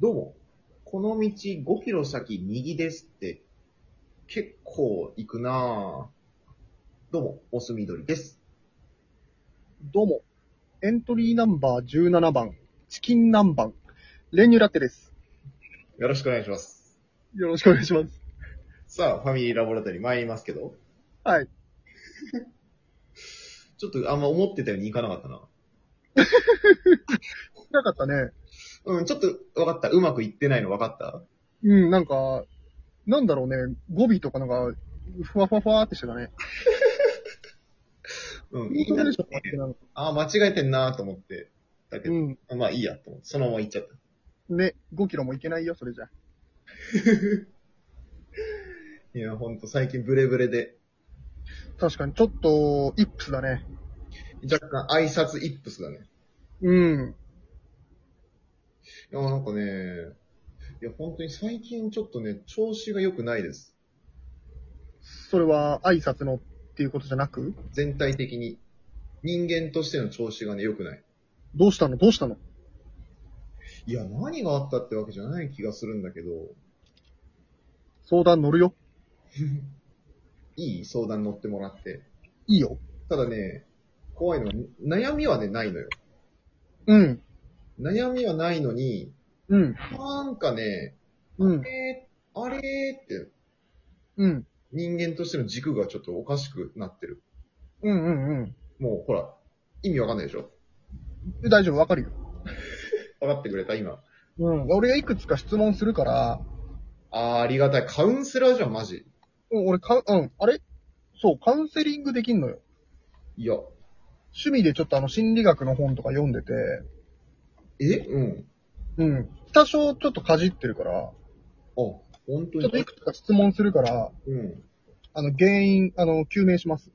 どうも、この道5キロ先右ですって、結構行くなぁ。どうも、オスみどりです。どうも。エントリーナンバー17番、チキン南蛮、練乳ラテです。よろしくお願いします。よろしくお願いします。さあ、ファミリーラボラトリー参りますけど、はい。ちょっとあんま思ってたように行かなかったな。なかったね。うん、ちょっと分かった。うまくいってないの分かったうん、なんか、なんだろうね、語尾とかなんか、ふわふわふわってしてたね。うん、いイいントなネーションってなのああ、間違えてんなぁと思って。だけど、うまあいいやと思って、そのまま行っちゃった。ん。ね、5キロもいけないよ、それじゃ。いや、ほんと最近ブレブレで、確かに、ちょっと、イップスだね。若干挨拶イップスだね。うん。いや、なんかね、いや、本当に最近ちょっとね、調子が良くないです。それは、挨拶のっていうことじゃなく全体的に。人間としての調子がね、良くない。どうしたのどうしたのいや、何があったってわけじゃない気がするんだけど、相談乗るよ。いい相談乗ってもらって。いいよ。ただね、怖いのは、悩みはね、ないのよ。うん。悩みはないのに、うん。なんかね、うん。えー、あれーって、うん。人間としての軸がちょっとおかしくなってる。うんうんうんもう、ほら、意味わかんないでしょえ。大丈夫、わかるよ。わかってくれた今。うん。俺がいくつか質問するから、あー、ありがたい。カウンセラーじゃん、マジ。うん、俺か、うん、あれそう、カウンセリングできんのよ。いや、趣味でちょっとあの心理学の本とか読んでて、えうん。うん。多少ちょっとかじってるから、あ、本当ちょっといに。くつか質問するから、うん。あの、原因、あの、究明します。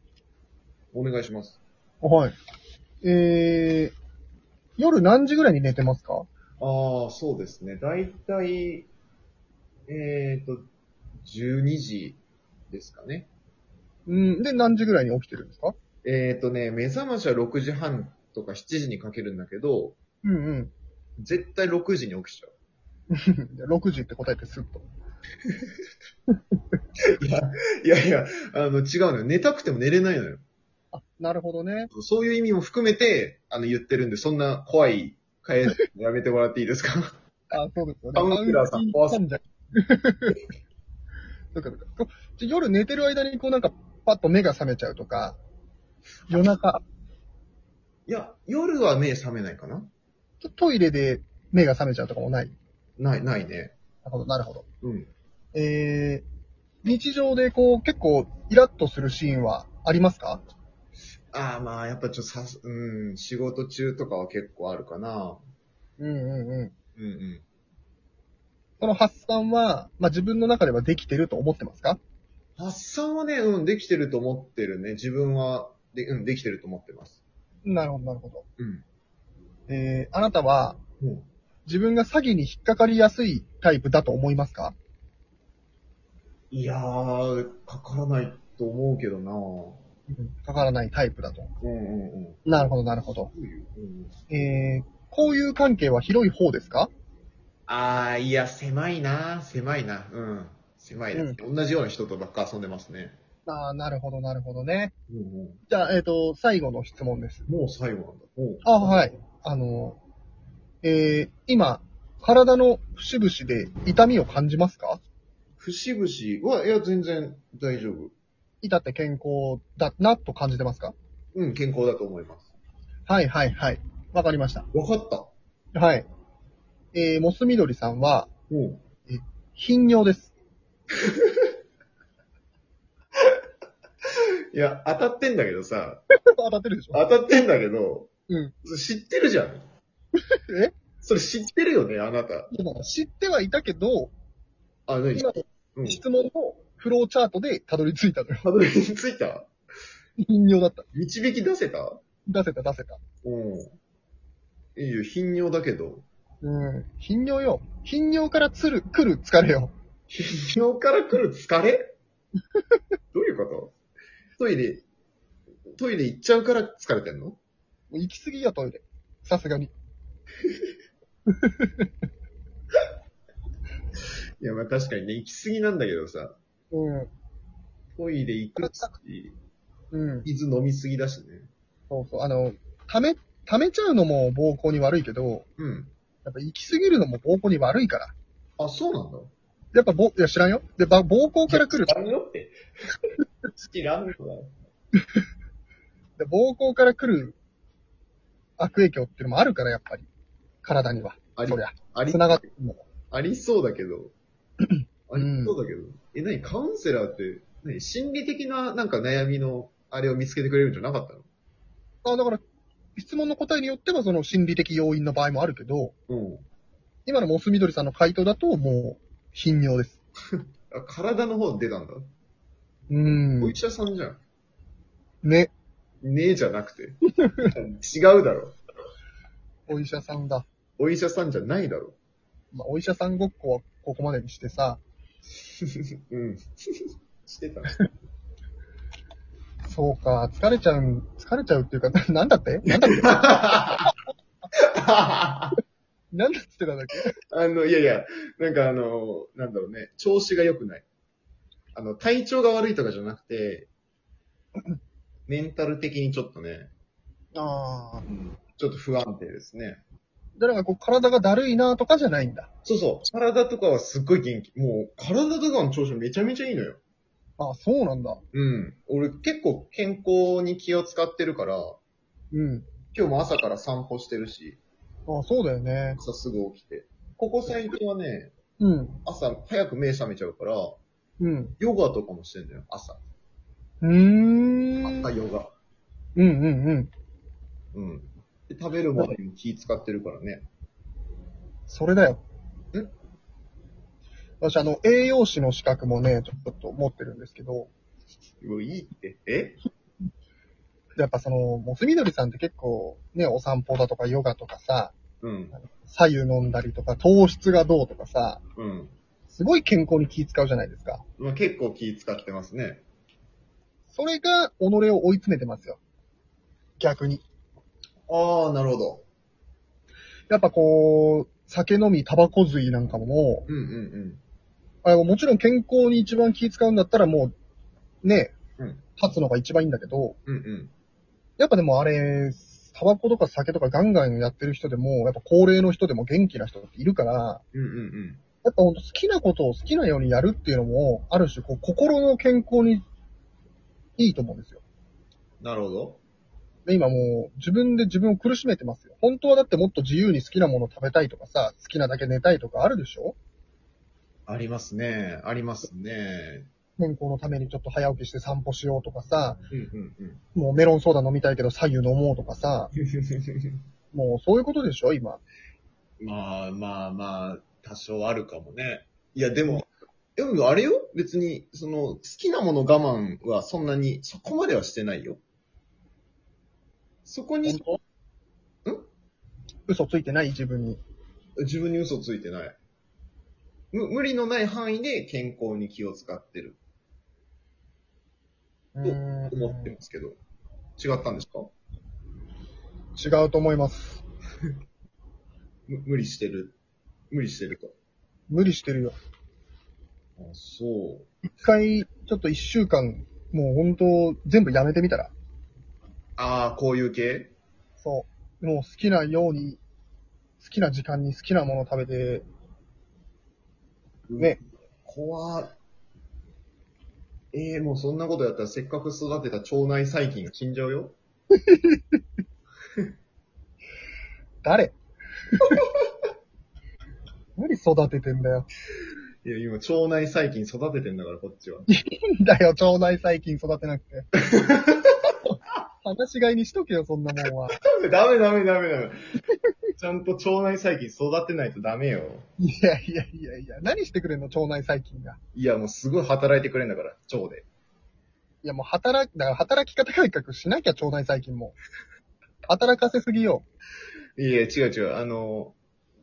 お願いします。はい。えー、夜何時ぐらいに寝てますかああ、そうですね。だいたい、えっ、ー、と、12時ですかね。うん、で、何時ぐらいに起きてるんですかえっ、ー、とね、目覚ましは6時半とか7時にかけるんだけど、うんうん。絶対6時に起きちゃ じゃあ6時って答えてスッと。う。いや、 いやいや、あの、違うのよ。寝たくても寝れないのよ。あ、なるほどね。そういう意味も含めて、あの、言ってるんで、そんな怖い、変え、やめてもらっていいですか あ、そうですよね。カウンセラーさん怖 そうじゃ。そうかそうか。こうじゃあ夜寝てる間にこうなんかパッと目が覚めちゃうとか、夜中、いや、夜は目覚めないかなトトイレで目が覚めちゃうとかもない。なない、ないね。るほど、なるほど。うん。えー、日常でこう結構イラッとするシーンはありますかああ、まあ、やっぱちょっとさす、うん、仕事中とかは結構あるかな。うんうんううん。んうん。その発散は、まあ、自分の中ではできてると思ってますか発散はね、うん、できてると思ってるね。自分は、で、うん、できてると思ってます。なるほど、なるほど。うん。えー、あなたはうん、自分が詐欺に引っかかりやすいタイプだと思いますかいやー、かからないと思うけどなかからないタイプだと。うんうんうん。なるほど、なるほど。どういう、うん、えー、こういう関係は広い方ですかあー、いや、狭いな狭いな。うん。狭いです、同じような人とばっか遊んでますね。ああ、なるほど、なるほどね。うんうじゃあ、えっ、と、最後の質問です。ん。もう最後なんだ。うん。あはい。あの、えー、今、体の節々で痛みを感じますか節々は、いや、全然大丈夫。痛って健康だなと感じてますかうん、健康だと思います。はい、はい、はい。わかりました。わかった。はい。えー、モスみどりさんは、うん。頻尿です。いや、当たってんだけどさ、 当たってるでしょ当たってんだけど、うん知ってるじゃん。 えそれ知ってるよね、あなた。いやだから知ってはいたけど、あ、何今うんの。質問のフローチャートでたどり着いたのよ。たどり着いた頻尿だった。導き出せた出せた、出せた。うん。いいよ、頻尿だけど。うん。頻尿よ。頻尿からつる、来る疲れよ。頻尿から来る疲 れどういうことトイレ、トイレ行っちゃうから疲れてんの行き過ぎよ、トイレ。さすがに。いや、まあ確かにね、行き過ぎなんだけどさ、うん。トイレ行くし、うん。水飲みすぎだしね。そうそう。あの、ため、溜めちゃうのも膀胱に悪いけど、うん。やっぱ行き過ぎるのも膀胱に悪いから。あ、そうなんだ。やっぱぼ、いや知らんよ。で、ば膀胱から来る、んよって。知らんのだ。で膀胱から来る悪影響っていうのもあるから、やっぱり。体には。ありそりゃ。あり繋がってくるの。ありそうだけ ど。ありそうだけど。え、何カウンセラーって、何心理的ななんか悩みの、あれを見つけてくれるんじゃなかったのあ、だから、質問の答えによっては、その心理的要因の場合もあるけど、うん。今のモス緑さんの回答だと、もう、頻尿です。あ体の方出たんだ。うおーん医。者さんじゃん。ね、ねえじゃなく て。違うだろ。お医者さんだ。お医者さんじゃないだろ。 まあ、お医者さんごっこはここまでにしてさ、うん。して た。そうか、疲れちゃうん、疲れちゃうっていうか、ななんだってなんだってあなんだって言ってたんだっけの、いやいや、なんかあの、なんだろうね、調子が良くない。あの、体調が悪いとかじゃなくて、メンタル的にちょっとね、ああ。ちょっと不安定ですね。だから、こう、体がだるいなとかじゃないんだ。そうそう、体とかはすっごい元気。もう、体とかの調子めちゃめちゃいいのよ。あそうなんだ。うん。俺結構健康に気を使ってるから、うん。今日も朝から散歩してるし、あそうだよね。朝すぐ起きて。ここ最近はね、うん。朝早く目覚めちゃうから、うん。ヨガとかもしてんだよ、朝。うーん。うん朝ヨガ。うんうん。うん。で食べるものにも気使ってるからね。それだよ。ん私、あの、栄養士の資格もね、ちょっと持ってるんですけど、もういいって。えやっぱその、モスみどりさんって結構、ね、お散歩だとかヨガとかさ、うん。左右飲んだりとか、糖質がどうとかさ、うん。すごい健康に気使うじゃないですか。まあ、結構気使ってますね。それが、己を追い詰めてますよ。逆に。ああ、なるほど。やっぱこう、酒飲み、タバコ吸いなんかももう、うんうんあもちろん健康に一番気使うんだったらもう、ね、うん立つのが一番いいんだけど、うん。うんうん。やっぱでもあれ、タバコとか酒とかガンガンやってる人でも、やっぱ高齢の人でも元気な人っているから、うんうんやっぱほんと好きなことを好きなようにやるっていうのも、ある種こう心の健康にいいと思うんですよ。うん。なるほど。で今もう自分で自分を苦しめてますよ。本当はだってもっと自由に好きなもの食べたいとかさ、好きなだけ寝たいとかあるでしょありますね。ありますね。健康のためにちょっと早起きして散歩しようとかさ、うんうんうん。もうメロンソーダ飲みたいけど左右飲もうとかさ、もうそういうことでしょ今。まあまあまあ、多少あるかもね。いや、でも、でもあれよ別に、その、好きなもの我慢はそんなに、そこまではしてないよ。そこに、本当ん嘘ついてない自分に。自分に嘘ついてない。む無理のない範囲で健康に気を使ってるうとーん思ってますけど。違ったんですか違うと思います。む無理してる。無理してると。無理してるよ。あ、そ一回、ちょっと一週間、もう本当、全部やめてみたら。う。ああ、こういう系そう。もう好きなように、好きな時間に好きなものを食べて、ね。怖っええもうそんなことやったらせっかく育てた腸内細菌が死んじゃうよ。誰 無理育ててんだよ。いや、今腸内細菌育ててんだから、こっちは。いいんだよ、腸内細菌育てなくて。話し飼いにしとけよ、そんなもんは。ダメダメダメダメ。ちゃんと腸内細菌育てないとダメよ。いやいやいやいや、何してくれんの、腸内細菌が。いや、もうすごい働いてくれんだから、腸で。いやもう働き、だから働き方改革しなきゃ、腸内細菌も。働かせすぎよ。いや、違う違う。あの、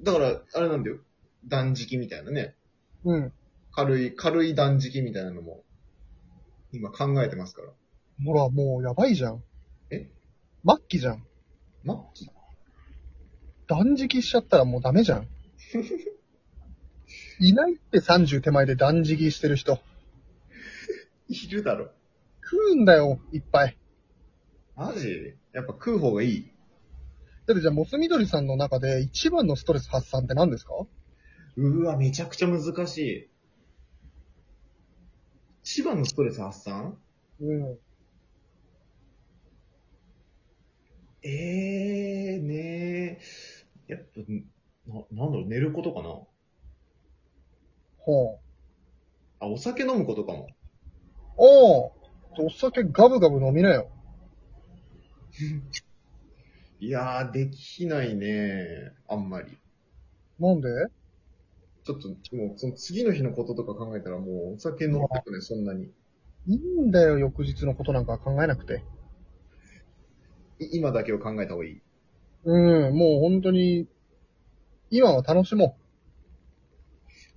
だから、あれなんだよ。断食みたいなね。うん。軽い、軽い断食みたいなのも、今考えてますから。ほら、もうやばいじゃん。え末期じゃん。マッキー 断食しちゃったらもうダメじゃん。いないって30手前で断食してる人。いるだろ。食うんだよ、いっぱい。マジやっぱ食う方がいい。だってじゃあ、モスみどりさんの中で一番のストレス発散って何ですかうわ、めちゃくちゃ難しい。一番のストレス発散うん。ええー、ねえ。やっぱ、な、なんだろう、寝ることかなほう。あ、お酒飲むことかも。おうお酒ガブガブ飲みなよ。いやー、できないねあんまり。なんでちょっと、もう、その次の日のこととか考えたらもう、お酒飲んでくね、そんなに。いいんだよ、翌日のことなんか考えなくて。い今だけを考えた方がいい。うん、もう本当に、今は楽しも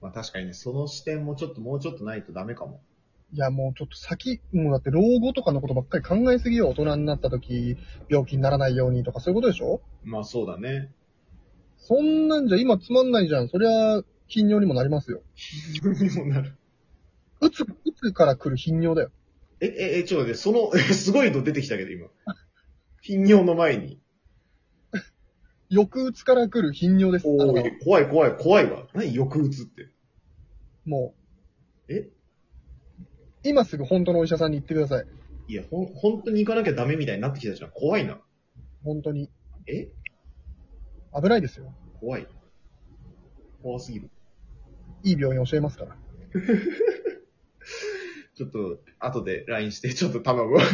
まあ確かにね、その視点もちょっと、もうちょっとないとダメかも。う。いや、もうちょっと先、もうだって老後とかのことばっかり考えすぎよ、大人になった時、病気にならないようにとかそういうことでしょまあそうだね。そんなんじゃ今つまんないじゃん。そりゃ、頻尿にもなりますよ。にもなる。うつ、うつから来る頻尿だよ。え、え、え、ちょっと待って、その、え すごいの出てきたけど、今。頻尿の前に。抑うつから来る頻尿です。あのおー怖い怖い怖いわ。何抑うつって。もう。え今すぐ本当のお医者さんに行ってください。いや、ほん、本当に行かなきゃダメみたいになってきたじゃん。怖いな。本当に。え危ないですよ。怖い。怖すぎる。いい病院教えますから。ちょっと、後で LINE して、ちょっと頼むわ。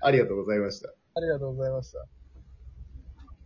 ありがとうございました。ありがとうございました。